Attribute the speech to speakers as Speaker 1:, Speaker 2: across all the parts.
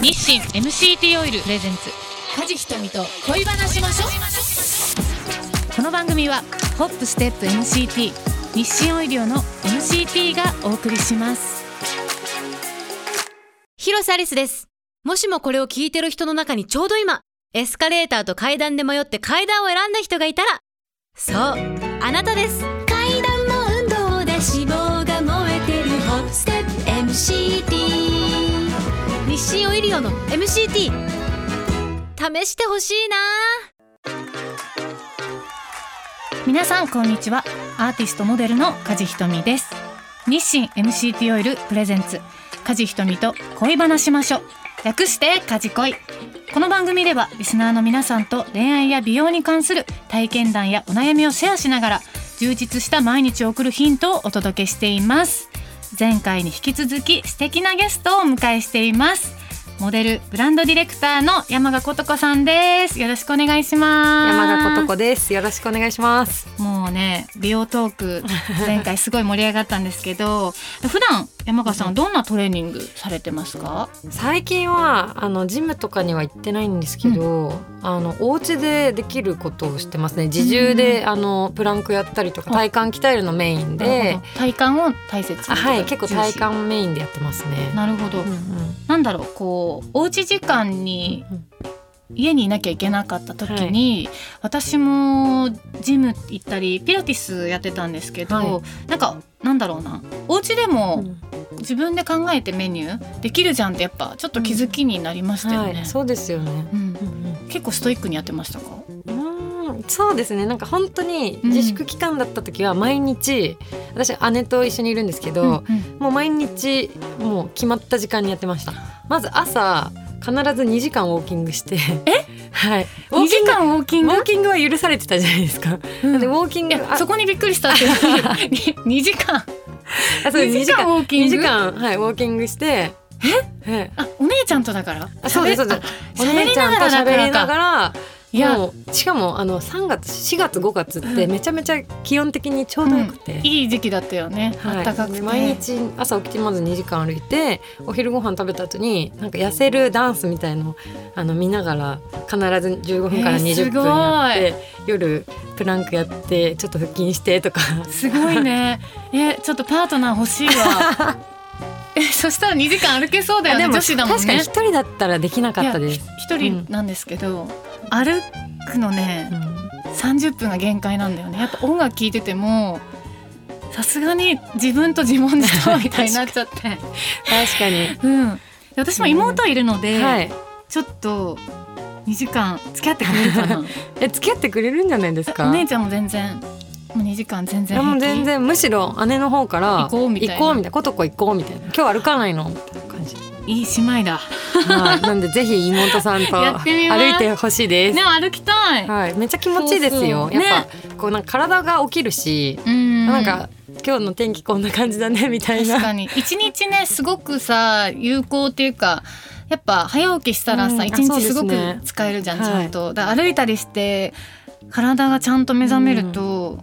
Speaker 1: 日清 MCT オイルプレゼンツ
Speaker 2: 梶木瞳と恋話しましょ
Speaker 1: この番組はホップステップ MCT 日清オイリオの MCT がお送りします
Speaker 3: 広瀬アリスです。もしもこれを聞いてる人の中にちょうど今、エスカレーターと階段で迷って階段を選んだ人がいたら、そう、あなたです。階段の運動で脂肪が燃えてるホップステップ MCT。日清オイリオの MCT。試してほしいな
Speaker 1: 皆さんこんにちはアーティストモデルの梶ひとみです日清 MCT オイルプレゼンツ梶ひとみと恋話しましょ略して梶恋この番組ではリスナーの皆さんと恋愛や美容に関する体験談やお悩みをシェアしながら充実した毎日を送るヒントをお届けしています前回に引き続き素敵なゲストをお迎えしていますモデルブランドディレクターの山賀ことこさんですよろしくお願いします
Speaker 4: 山賀ことこです。よろしくお願いします。
Speaker 1: もうね美容トー ク前回すごい盛り上がったんですけど普段山川さんどんなトレーニングされてますか
Speaker 4: 最近はあのジムとかには行ってないんですけど、あのお家でできることをしてますね。自重で、あのプランクやったりとか
Speaker 1: あ
Speaker 4: 体幹鍛えるのメインで、
Speaker 1: 体幹を大切に
Speaker 4: あはい結構体
Speaker 1: 重
Speaker 4: 幹メインでやってます
Speaker 1: 視
Speaker 4: ね。
Speaker 1: なるほど、
Speaker 4: うんうん
Speaker 1: なんだろうこうおうち時間に
Speaker 4: うん
Speaker 1: 家にいなきゃいけなかった時に、私もジム行ったりピラティスやってたんですけど、
Speaker 4: は
Speaker 1: なんかなんだろうなお家で
Speaker 4: う
Speaker 1: も
Speaker 4: ん
Speaker 1: 自分で考えてメニューできるじゃんってやっぱちょっと気づきになりましたよね、
Speaker 4: はい、そうですよね。
Speaker 1: うん
Speaker 4: うんうん
Speaker 1: 結構ストイックにやってましたか
Speaker 4: うんそうですねなんか本当に自粛期間だった時は毎日、私姉と一緒にいるんですけど、もう毎日もう決まった時間にやってましたまず朝必ず2時間ウォーキングしてえ はいウォ
Speaker 1: 2
Speaker 4: ーキ
Speaker 1: 時
Speaker 4: ング
Speaker 1: 間ウォーキン
Speaker 4: ウ
Speaker 1: グ
Speaker 4: ォーキングは許されてたじゃないですか、なんでウォーキン
Speaker 1: い
Speaker 4: グ
Speaker 1: や
Speaker 4: あ
Speaker 1: そこにびっくりしたって 2時間
Speaker 4: あそう
Speaker 1: 2時間ウォーキン
Speaker 4: 2
Speaker 1: グ
Speaker 4: 時間はいウォーキングしてえ、はい
Speaker 1: あお姉ちゃんとだから
Speaker 4: あそうですそ
Speaker 1: 喋
Speaker 4: うで
Speaker 1: あ
Speaker 4: すお
Speaker 1: 喋
Speaker 4: 姉
Speaker 1: り
Speaker 4: ちゃ
Speaker 1: ながら
Speaker 4: んと
Speaker 1: だか
Speaker 4: 喋り
Speaker 1: ら
Speaker 4: な
Speaker 1: か
Speaker 4: がら
Speaker 1: いや
Speaker 4: もうしかもあの3月4月5月ってめちゃめちゃ気温的にちょうどよくて、
Speaker 1: いい時期だったよね、
Speaker 4: は
Speaker 1: あっ
Speaker 4: い
Speaker 1: たかくて
Speaker 4: 毎日朝起きてまず2時間歩いてお昼ご飯食べた後になんか痩せるダンスみたいのをあの見ながら必ず15分から
Speaker 1: えー
Speaker 4: 20分やって、夜プランクやってちょっと腹筋してとか
Speaker 1: すごい ねえちょっとパートナー欲しいわえそしたら2時間歩けそうだよね女子だもんね
Speaker 4: 確かに一人だったらできなかったで
Speaker 1: い
Speaker 4: す
Speaker 1: や。ひ一人なんですけど、歩くのね30分が限界なんだよねやっぱ音楽聴いててもさすがに自分と自問自答みたいになっちゃって
Speaker 4: 確かに、
Speaker 1: うん、私も妹いるので、
Speaker 4: はい
Speaker 1: ちょっと2時間付き合ってくれる かな
Speaker 4: え付き合ってくれるんじゃないですか
Speaker 1: お姉ちゃんも全然もう2時間全
Speaker 4: い
Speaker 1: 然
Speaker 4: やもう全
Speaker 1: 平
Speaker 4: 然むしろ姉の方から
Speaker 1: 行こうみたいな
Speaker 4: 行こうみたいなことこ行こうみたいな今日歩かないのみたいな 感じ
Speaker 1: 気いい姉妹だ
Speaker 4: はい、なんでぜひ妹さんと
Speaker 1: や
Speaker 4: 歩
Speaker 1: ってみます
Speaker 4: いてほしいです。
Speaker 1: ね歩きたい、
Speaker 4: はい、めっちゃ気持ちいいです
Speaker 1: そ
Speaker 4: よ。
Speaker 1: うそう
Speaker 4: やっぱ、こうなんか体が起きるし、
Speaker 1: うん
Speaker 4: なんか今日の天気こんな感じだねみたい
Speaker 1: 確
Speaker 4: な。
Speaker 1: かに一日ねすごくさ有効っていうかやっぱ早起きしたら
Speaker 4: うん
Speaker 1: さ
Speaker 4: あ
Speaker 1: 一、日すご
Speaker 4: そう
Speaker 1: く
Speaker 4: ですね
Speaker 1: 使えるじゃん、
Speaker 4: はい
Speaker 1: ちゃんと、だから歩いたりして体がちゃんと目覚めると、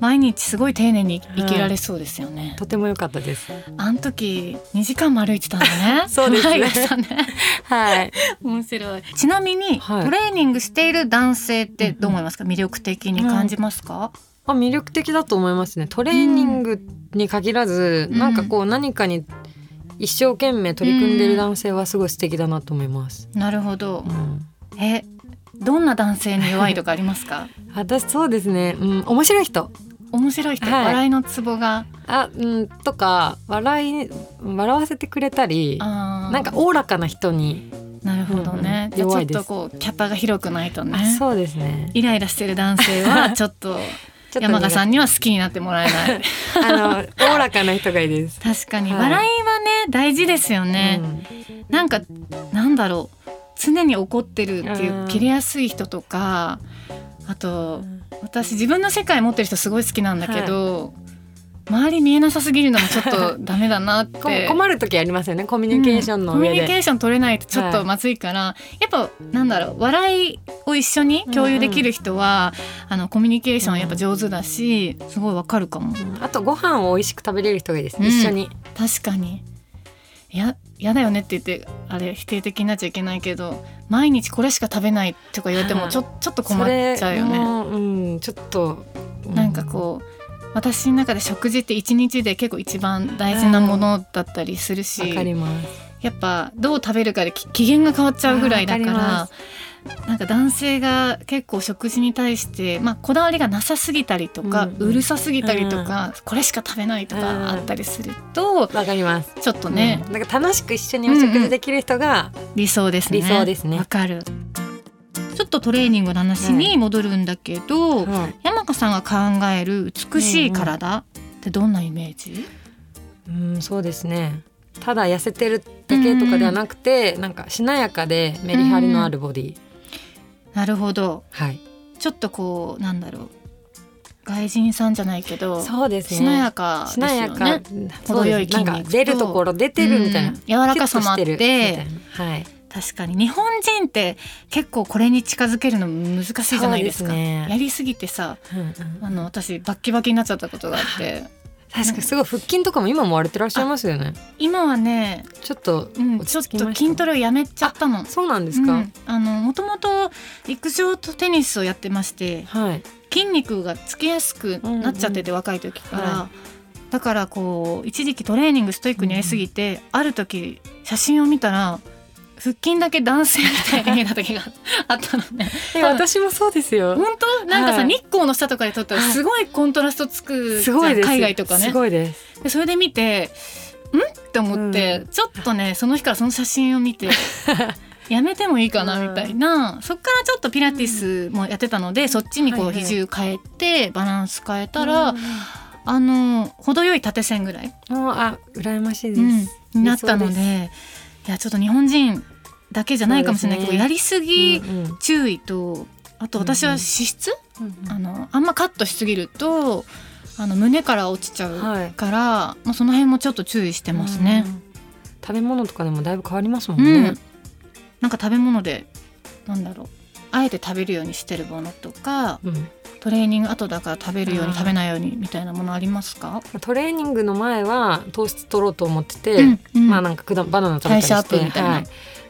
Speaker 1: 毎日すごい丁寧に生きられそうですよね、
Speaker 4: とても良かったです。
Speaker 1: あの時2時間も歩いてたんだね
Speaker 4: そうですね
Speaker 1: 毎朝ね
Speaker 4: はい。
Speaker 1: 面白いちなみに、
Speaker 4: はい
Speaker 1: トレーニングしている男性ってどう思いますか、魅力的に感じますか、
Speaker 4: あ、魅力的だと思いますね。トレーニングに限らず、
Speaker 1: うん
Speaker 4: なんかこう何かに一生懸命取り組んでる男性はすごい素敵だなと思います。
Speaker 1: なるほど
Speaker 4: うん
Speaker 1: えどんな男性に弱いとかあります か
Speaker 4: 私そうですね。うん、面白い人。
Speaker 1: 面白い人、
Speaker 4: はい
Speaker 1: 笑いのツボが
Speaker 4: あ、うん、とか笑い笑わせてくれたり、
Speaker 1: あー
Speaker 4: なんかおおらかな人に
Speaker 1: なるほどね、
Speaker 4: うん
Speaker 1: じゃあ
Speaker 4: 弱い
Speaker 1: ち
Speaker 4: で
Speaker 1: ょっ
Speaker 4: す
Speaker 1: とこうキャパが広くないと
Speaker 4: あ
Speaker 1: ね
Speaker 4: そうですね。
Speaker 1: イライラしてる男性 はちょっと
Speaker 4: ちょっと
Speaker 1: 山賀さ
Speaker 4: ん、
Speaker 1: んには好きになってもらえない
Speaker 4: あのおおらかな人がいいです。
Speaker 1: 確かに、
Speaker 4: はい
Speaker 1: 笑いはね大事ですよね、なんかなんだろう常に怒ってるっていう
Speaker 4: うん
Speaker 1: 切れやすい人とかあ
Speaker 4: う
Speaker 1: と
Speaker 4: ん
Speaker 1: 私自分の世界持ってる人すごい好きなんだけど、周り見えなさすぎるのもちょっとダメだなっ
Speaker 4: こ
Speaker 1: て
Speaker 4: 困る時ありますよね。コミュニケーションの
Speaker 1: うんコ
Speaker 4: 上
Speaker 1: ミュニケ
Speaker 4: で。
Speaker 1: ーション取れないとちょっとまずいから、やっぱなんだろう笑いを一緒に共有できる人は、あのコミュニケーションやっぱ上手だしすごいわかるかも
Speaker 4: うんあとご飯を美味しく食べれる人がいいです。
Speaker 1: うん
Speaker 4: 一緒に。
Speaker 1: 確かにいや嫌だよねって言ってあれ否定的になっちゃいけないけど毎日これしか食べないとか言われてもちょちょっと困っちゃうよ
Speaker 4: そ
Speaker 1: ね。
Speaker 4: れもうんちょっと、う
Speaker 1: なんかこう私の中で食事って一日で結構一番大事なものだったりするし、
Speaker 4: わかります
Speaker 1: やっぱどう食べるかでき機嫌が変わっちゃうぐらいだか
Speaker 4: あーわ
Speaker 1: らなんか男性が結構食事に対して、まあ、こだわりがなさすぎたりとか、う
Speaker 4: うんうん
Speaker 1: るさすぎたりとか、これしか食べないとかあったりすると、
Speaker 4: わかります
Speaker 1: ちょっとね、
Speaker 4: うんなんか楽しく一緒にお食事できる人が、
Speaker 1: 理想ですね。
Speaker 4: 理想ですね
Speaker 1: わかるちょっとトレーニングの話に戻るんだけど、
Speaker 4: うん
Speaker 1: 山香さんが考える美しい体ってどんなイメージ、
Speaker 4: うん、そうですねただ痩せてるだけとかではなくて、なんかしなやかでメリハリのあるボディ、
Speaker 1: なるほど
Speaker 4: はい
Speaker 1: ちょっとこうなんだろう外人さんじゃないけど
Speaker 4: そうですね
Speaker 1: しなやかです
Speaker 4: し
Speaker 1: よね
Speaker 4: なやか、そう
Speaker 1: 程よ
Speaker 4: で
Speaker 1: い
Speaker 4: す
Speaker 1: 筋肉と
Speaker 4: なんか出るところ出てるみたいな、
Speaker 1: うん柔らかさもあって
Speaker 4: キュッとしてるみたいなはい
Speaker 1: 確かに日本人って結構これに近づけるの難しいじゃないですか
Speaker 4: そうですね
Speaker 1: やりすぎてさ
Speaker 4: うんうん
Speaker 1: あの私バッキバキになっちゃったことがあって
Speaker 4: 確かにすごい腹筋とかも今も割れてらっしゃいますよね
Speaker 1: 今はね、
Speaker 4: ちょっと
Speaker 1: うん、
Speaker 4: 落
Speaker 1: ちょっ
Speaker 4: ち着き
Speaker 1: と
Speaker 4: ました
Speaker 1: 筋トレをやめちゃったの。
Speaker 4: そうなんですか、
Speaker 1: うんあのもともと陸上とテニスをやってまして
Speaker 4: はい
Speaker 1: 筋肉がつきやすくなっちゃってて、若い時から、
Speaker 4: は
Speaker 1: だからこう一時期トレーニングストイックにやりすぎて、ある時写真を見たら腹筋だけ男性みたいに見えた時があったのね
Speaker 4: え私もそうですよ
Speaker 1: 本当なんかさ、
Speaker 4: はい
Speaker 1: 日光の下とかで撮ったら
Speaker 4: はい
Speaker 1: すごいコントラストつくじ
Speaker 4: す
Speaker 1: ゃん
Speaker 4: ごいです
Speaker 1: 海外とかね
Speaker 4: すごいです
Speaker 1: でそれで見てんって思って、
Speaker 4: うん
Speaker 1: ちょっとねその日からその写真を見 てやめてもいいかなみたいな、そっからちょっとピラティスもやってたので、そっちにこ
Speaker 4: は
Speaker 1: う
Speaker 4: いはい
Speaker 1: 肘を変えてバランス変えたら、
Speaker 4: うん
Speaker 1: あの程よい縦線ぐらい、
Speaker 4: もうあ羨ましいで
Speaker 1: う
Speaker 4: す、
Speaker 1: ん、になったので
Speaker 4: 理想
Speaker 1: いやちょっと日本人だけじゃないかもしれないけど、
Speaker 4: そうですね
Speaker 1: やりすぎ
Speaker 4: うんうん
Speaker 1: 注意とあと私は脂
Speaker 4: うんうん
Speaker 1: 質、
Speaker 4: うん
Speaker 1: あのあんまカットしすぎるとあの胸から落ちちゃ
Speaker 4: は
Speaker 1: う
Speaker 4: い
Speaker 1: から、まあ、その辺もちょっと注意してますね
Speaker 4: う。ん食べ物とかでもだいぶ変わりますも
Speaker 1: うんん、
Speaker 4: ね、
Speaker 1: なんか食べ物でなんだろうあえて食べるようにしてるものとか
Speaker 4: うん
Speaker 1: トレーニング後だから食べるように
Speaker 4: あー
Speaker 1: 食べないようにみたいなものありますか、
Speaker 4: トレーニングの前は糖質取ろうと思ってて、
Speaker 1: うんうん
Speaker 4: まあなんか果物バナナ食べたりして
Speaker 1: 代謝アップみたいな
Speaker 4: はい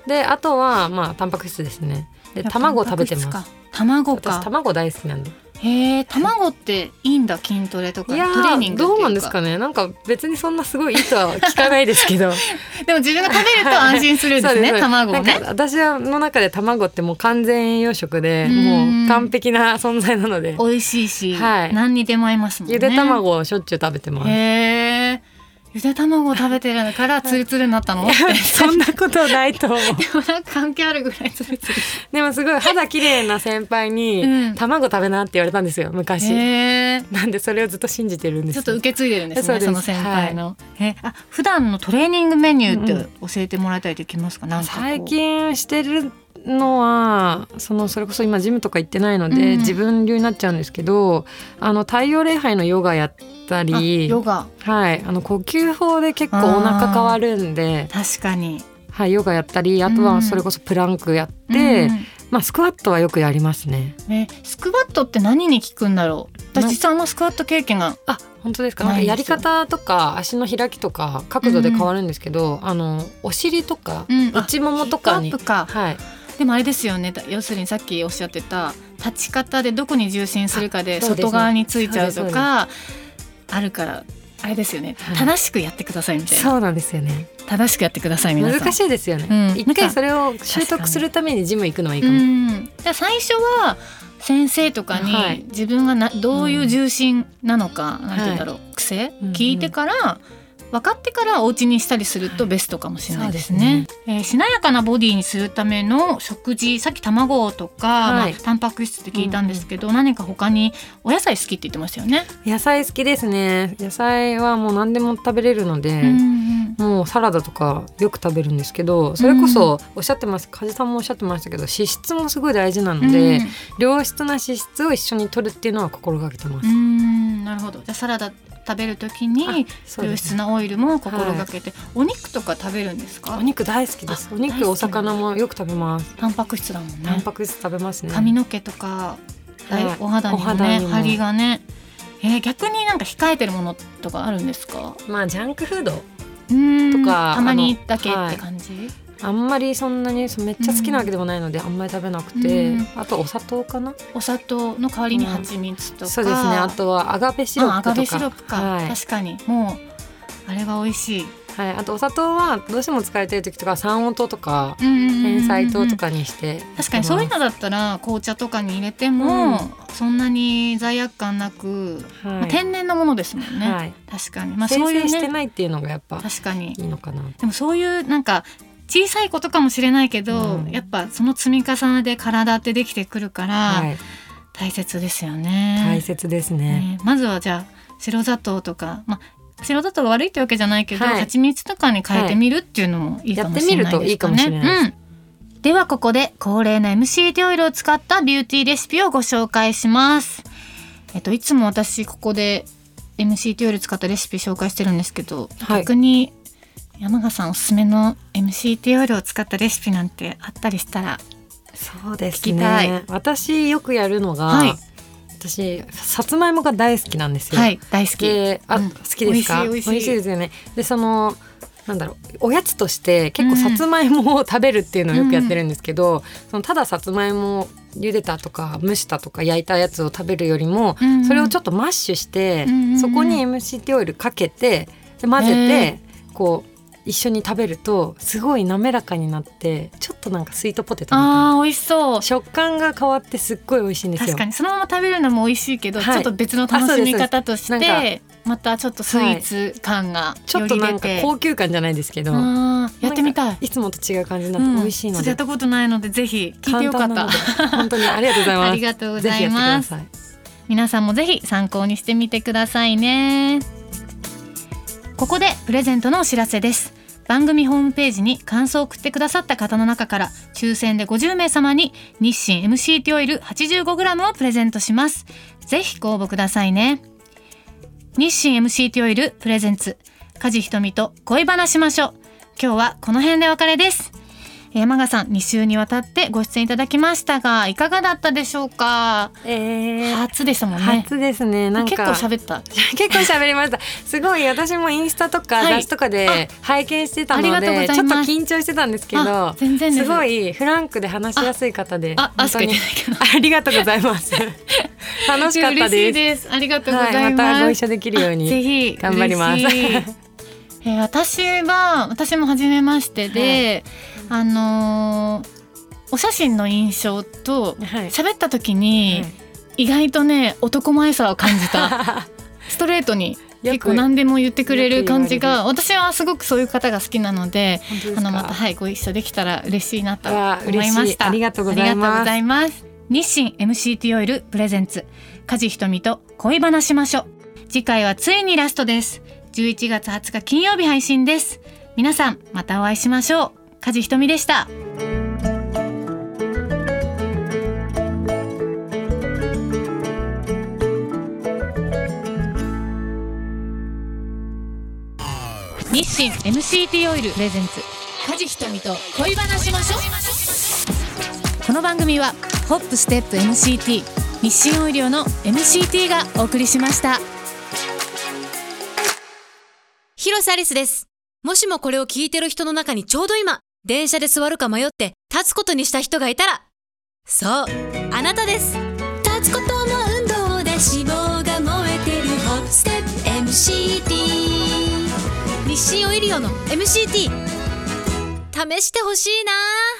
Speaker 4: であとはまあタンパク質ですねで卵を食べてます
Speaker 1: す卵
Speaker 4: 私
Speaker 1: か
Speaker 4: 卵大好きなんで
Speaker 1: へえ卵っていいんだ筋トレと
Speaker 4: い
Speaker 1: かトレ
Speaker 4: や
Speaker 1: ーニン
Speaker 4: ー
Speaker 1: グっていう
Speaker 4: どうなんですかねなんか別にそんなすごいいいとは聞かないです けど
Speaker 1: でも自分が食べると安心するんで
Speaker 4: そう
Speaker 1: す
Speaker 4: ですそうで
Speaker 1: ね
Speaker 4: す
Speaker 1: 卵を
Speaker 4: なん
Speaker 1: ね
Speaker 4: か私の中で卵ってもう完全栄養食で
Speaker 1: うん
Speaker 4: もう完璧な存在なので
Speaker 1: 美味しいし、
Speaker 4: はい
Speaker 1: 何にでも合いますもんね
Speaker 4: ゆで卵をしょっちゅう食べてます、
Speaker 1: へえ。ゆで卵を食べてるからツルツルになったの？で
Speaker 4: そんなことないと思う
Speaker 1: もなんか関係あるぐらいツルツ
Speaker 4: でもすごい肌綺麗な先輩に
Speaker 1: うん
Speaker 4: 卵食べなって言われたんですよ
Speaker 1: ル。
Speaker 4: 昔、
Speaker 1: へえ。
Speaker 4: なんでそれをずっと信じてるんです
Speaker 1: ちょ
Speaker 4: よ
Speaker 1: っと受け継いでるんです
Speaker 4: そ
Speaker 1: ね。
Speaker 4: うで
Speaker 1: そ
Speaker 4: す
Speaker 1: の先輩の。え、あ、普段のトレーニングメニュ
Speaker 4: うん
Speaker 1: ーって教えてもらいたいできますか？なんかこう
Speaker 4: 最。近してるのはそのそれこそ今ジムとか行ってないので、
Speaker 1: うん
Speaker 4: 自分流になっちゃうんですけどあの太陽礼拝のヨガやった
Speaker 1: あ
Speaker 4: り
Speaker 1: ヨガ。
Speaker 4: はい、あの呼吸法で結構お腹変わるんで、
Speaker 1: 確かに。
Speaker 4: はい、ヨガやったりあと
Speaker 1: うん
Speaker 4: はそれこそプランクやって、
Speaker 1: うん
Speaker 4: まあ、スクワットはよくやりますね。
Speaker 1: え、スクワットって何に効くんだろう。私
Speaker 4: な
Speaker 1: 実はあんまスクワット経験が。
Speaker 4: あ本当ですか
Speaker 1: な
Speaker 4: ないんか
Speaker 1: です
Speaker 4: やり方とか足の開きとか角度で変わるんですけど、あのお尻とか、
Speaker 1: うんあ
Speaker 4: 内ももとかに
Speaker 1: ヒップアップか。
Speaker 4: はい、
Speaker 1: でもあれですよね。だ要するにさっきおっしゃってた立ち方でどこに重心するかで
Speaker 4: あそうです
Speaker 1: 外側についちゃう
Speaker 4: そう
Speaker 1: と
Speaker 4: です
Speaker 1: かあるからあれですよね。
Speaker 4: はい
Speaker 1: 正しくやってくださいみたいな。
Speaker 4: そうなんですよね
Speaker 1: 正しくやってください皆さん。
Speaker 4: 難しいですよね、
Speaker 1: うん
Speaker 4: 一回それを習得するためにジム行くのはいいか
Speaker 1: う
Speaker 4: も、
Speaker 1: ん。じゃあ最初は先生とか
Speaker 4: は
Speaker 1: に
Speaker 4: い
Speaker 1: 自分がなどういう重心なのか、なんて言うんだろう、癖
Speaker 4: うん
Speaker 1: 聞いてから。分かってからお家にしたりするとベストかもしれないです
Speaker 4: はい
Speaker 1: ね。えーしなやかなボディにするための食事、さっき卵とか、
Speaker 4: はい
Speaker 1: まあ、タンパク質って聞いたんですけど、何か他にお野菜好きって言ってましたよね。
Speaker 4: 野菜好きですね野菜はもう何でも食べれるので、
Speaker 1: うんうん
Speaker 4: もうサラダとかよく食べるんですけどそれこそおっしゃってます梶さんもおっしゃってましたけど脂質もすごい大事なので、
Speaker 1: うん
Speaker 4: 良質な脂質を一緒に取るっていうのは心がけてま
Speaker 1: う
Speaker 4: す。
Speaker 1: んなるほど。じゃあサラダ食べるときに
Speaker 4: あそう
Speaker 1: 良
Speaker 4: で
Speaker 1: 質
Speaker 4: す
Speaker 1: なオイルも心がけて、お肉とか食べるんですか
Speaker 4: お肉大好きです
Speaker 1: あ
Speaker 4: お
Speaker 1: 大好き
Speaker 4: 肉お魚もよく食べます
Speaker 1: タンパク質だもん
Speaker 4: タン
Speaker 1: ね
Speaker 4: パク質食べますね
Speaker 1: 髪の毛とか、
Speaker 4: はい
Speaker 1: お肌にも
Speaker 4: お肌
Speaker 1: ね
Speaker 4: にも
Speaker 1: 張りがねえー逆になんか控えてるものとかあるんですか
Speaker 4: まあジャンクフード
Speaker 1: と
Speaker 4: とか
Speaker 1: たまに
Speaker 4: あの
Speaker 1: だけっ
Speaker 4: は
Speaker 1: て
Speaker 4: い
Speaker 1: 感じ、
Speaker 4: あんまりそんなにそうめっちゃ好きなわけでもないので、あんまり食べなくて、
Speaker 1: うん
Speaker 4: あとお砂糖かな
Speaker 1: お砂糖の代わりに蜂蜜とか、
Speaker 4: そうですねあとはアガベシロ
Speaker 1: あ
Speaker 4: ッ
Speaker 1: ア
Speaker 4: プとか
Speaker 1: ガベシロップか、
Speaker 4: はい
Speaker 1: 確かにもうあれが美味しい
Speaker 4: はい、あとお砂糖はどうしても使えてる時とか三温糖とか
Speaker 1: 天
Speaker 4: 甜菜糖とかにして
Speaker 1: 確かにそういうのだったら紅茶とかに入れても、そんなに罪悪感なく、
Speaker 4: はい
Speaker 1: まあ天然のものですもんね、
Speaker 4: はい
Speaker 1: 確かにまあ
Speaker 4: 生
Speaker 1: そうい
Speaker 4: 成
Speaker 1: う
Speaker 4: して
Speaker 1: ね
Speaker 4: ないっていうのがやっぱ
Speaker 1: 確かに
Speaker 4: いいのかな
Speaker 1: でもそういうなんか小さいことかもしれないけど、
Speaker 4: うん
Speaker 1: やっぱその積み重ねで体ってできてくるから、
Speaker 4: はい
Speaker 1: 大切ですよね
Speaker 4: 大切ですね、
Speaker 1: ねまずはじゃあ白砂糖とかまあ白砂糖が悪いってわけじゃないけど、
Speaker 4: はい
Speaker 1: 蜂蜜とかに変えてみるっていうのもいいかもしれないですかね。
Speaker 4: やってみるといいかもしれないで
Speaker 1: うん、ではここで恒例の MCT オイルを使ったビューティーレシピをご紹介します。えっといつも私ここで MCT オイル使ったレシピ紹介してるんですけど、
Speaker 4: はい
Speaker 1: 逆に山賀さんおすすめの MCT オイルを使ったレシピなんてあったりしたら、
Speaker 4: そうです
Speaker 1: 聞きたい
Speaker 4: ね私よくやるのが、
Speaker 1: はい
Speaker 4: 私さつまいもが大好きなんですよ、
Speaker 1: はい大好き。
Speaker 4: であ、
Speaker 1: うん
Speaker 4: 好きですか
Speaker 1: 美味しい美味しい
Speaker 4: ですよねでそのなんだろうおやつとして結構さつまいもを食べるっていうのをよくやってるんですけど、そのたださつまいもを茹でたとか蒸したとか焼いたやつを食べるよりも、
Speaker 1: うんうん
Speaker 4: それをちょっとマッシュして、
Speaker 1: うんうんうん
Speaker 4: そこに MCT オイルかけてで混ぜて、こう一緒に食べるとすごい滑らかになってちょっとなんかスイートポテトみたいな
Speaker 1: あー美味しそう。
Speaker 4: 食感が変わってすっごい美味しいんですよ。
Speaker 1: 確かにそのまま食べるのも美味しいけど、
Speaker 4: はい
Speaker 1: ちょっと別の楽しみ方とし
Speaker 4: あそうですそう
Speaker 1: てまたちょっとスイーツ感が
Speaker 4: ちょ
Speaker 1: よ
Speaker 4: っと
Speaker 1: り
Speaker 4: な
Speaker 1: 出
Speaker 4: んか
Speaker 1: て、
Speaker 4: 高級感じゃないですけど、
Speaker 1: あーやってみたい。
Speaker 4: いつもと違う感じにな
Speaker 1: う
Speaker 4: っ
Speaker 1: ん
Speaker 4: て美味しい
Speaker 1: ちょ
Speaker 4: の
Speaker 1: っと
Speaker 4: で、
Speaker 1: やったことないのでぜひ聞いてよかっ
Speaker 4: 簡
Speaker 1: た
Speaker 4: 単なので。本当にありがとうございます。
Speaker 1: ありがとうご
Speaker 4: ぜ
Speaker 1: ざ
Speaker 4: ひや
Speaker 1: い
Speaker 4: ってくだ
Speaker 1: ます。
Speaker 4: さい。
Speaker 1: 皆さんもぜひ参考にしてみてくださいねここでプレゼントのお知らせです番組ホームページに感想を送ってくださった方の中から抽選で50名様に日清 MCT オイル 85g をプレゼントしますぜひご応募くださいね日清 MCT オイルプレゼンツ梶ひとみと恋話しましょう今日はこの辺でお別れです山賀さん2週にわたってご出演いただきましたがいかがだったでしょうか
Speaker 4: えー
Speaker 1: 初でしたもんね。
Speaker 4: 初ですね。なんか
Speaker 1: 結構喋った。
Speaker 4: 結構喋りました。すごい私もインスタとか
Speaker 1: はい
Speaker 4: 雑誌とかで拝見してた
Speaker 1: あ
Speaker 4: の
Speaker 1: りがとうご
Speaker 4: で、
Speaker 1: ざ
Speaker 4: ち
Speaker 1: い
Speaker 4: ょっと
Speaker 1: ます
Speaker 4: 緊張してたんですけ
Speaker 1: あ
Speaker 4: ど、
Speaker 1: 全然ですす
Speaker 4: ごいフランクで話しやすい方で、
Speaker 1: あ、あ
Speaker 4: 本
Speaker 1: し
Speaker 4: 当
Speaker 1: か言っ
Speaker 4: に
Speaker 1: てないけど。
Speaker 4: ありがとうござい ます。楽しかった
Speaker 1: 嬉しい
Speaker 4: です。
Speaker 1: です。ありがとうござい
Speaker 4: は
Speaker 1: ま
Speaker 4: い、
Speaker 1: す。
Speaker 4: またご一緒できるように。
Speaker 1: ぜひ
Speaker 4: 頑張ります
Speaker 1: 嬉 しいえー私は私も初めましてで、あのーお写真の印象と
Speaker 4: はい
Speaker 1: 喋った時に、
Speaker 4: はい
Speaker 1: 意外とね男前さを感じ た ストレートに
Speaker 4: よく
Speaker 1: 結構何でも言ってくれ
Speaker 4: よ
Speaker 1: る
Speaker 4: く言わ
Speaker 1: 感
Speaker 4: れる
Speaker 1: じが私はすごくそういう方が好きなので
Speaker 4: 本当です
Speaker 1: あ
Speaker 4: か
Speaker 1: のまたはいご一緒できたら嬉しいなと
Speaker 4: うわ
Speaker 1: 思いま
Speaker 4: 嬉
Speaker 1: し
Speaker 4: しい
Speaker 1: た
Speaker 4: ありがとうございます
Speaker 1: ありがとうございます日清 MCT オイルプレゼンツ梶ひとみと恋話しましょう次回はついにラストです11月20日金曜日配信です皆さんまたお会いしましょう梶ひとみでした日清 MCT オイルプレゼンツ
Speaker 2: 梶ひとみと恋話しましょ
Speaker 1: この番組はホップステップ MCT 日清オイリオの MCT がお送りしました
Speaker 3: 広瀬アリスです。もしもこれを聞いてる人の中にちょうど今、電車で座るか迷って立つことにした人がいたら、そう、あなたです。
Speaker 2: 立つことの運動で脂肪が燃えてるホップステップ MCT
Speaker 3: 日清オイリオの MCT。試してほしいなぁ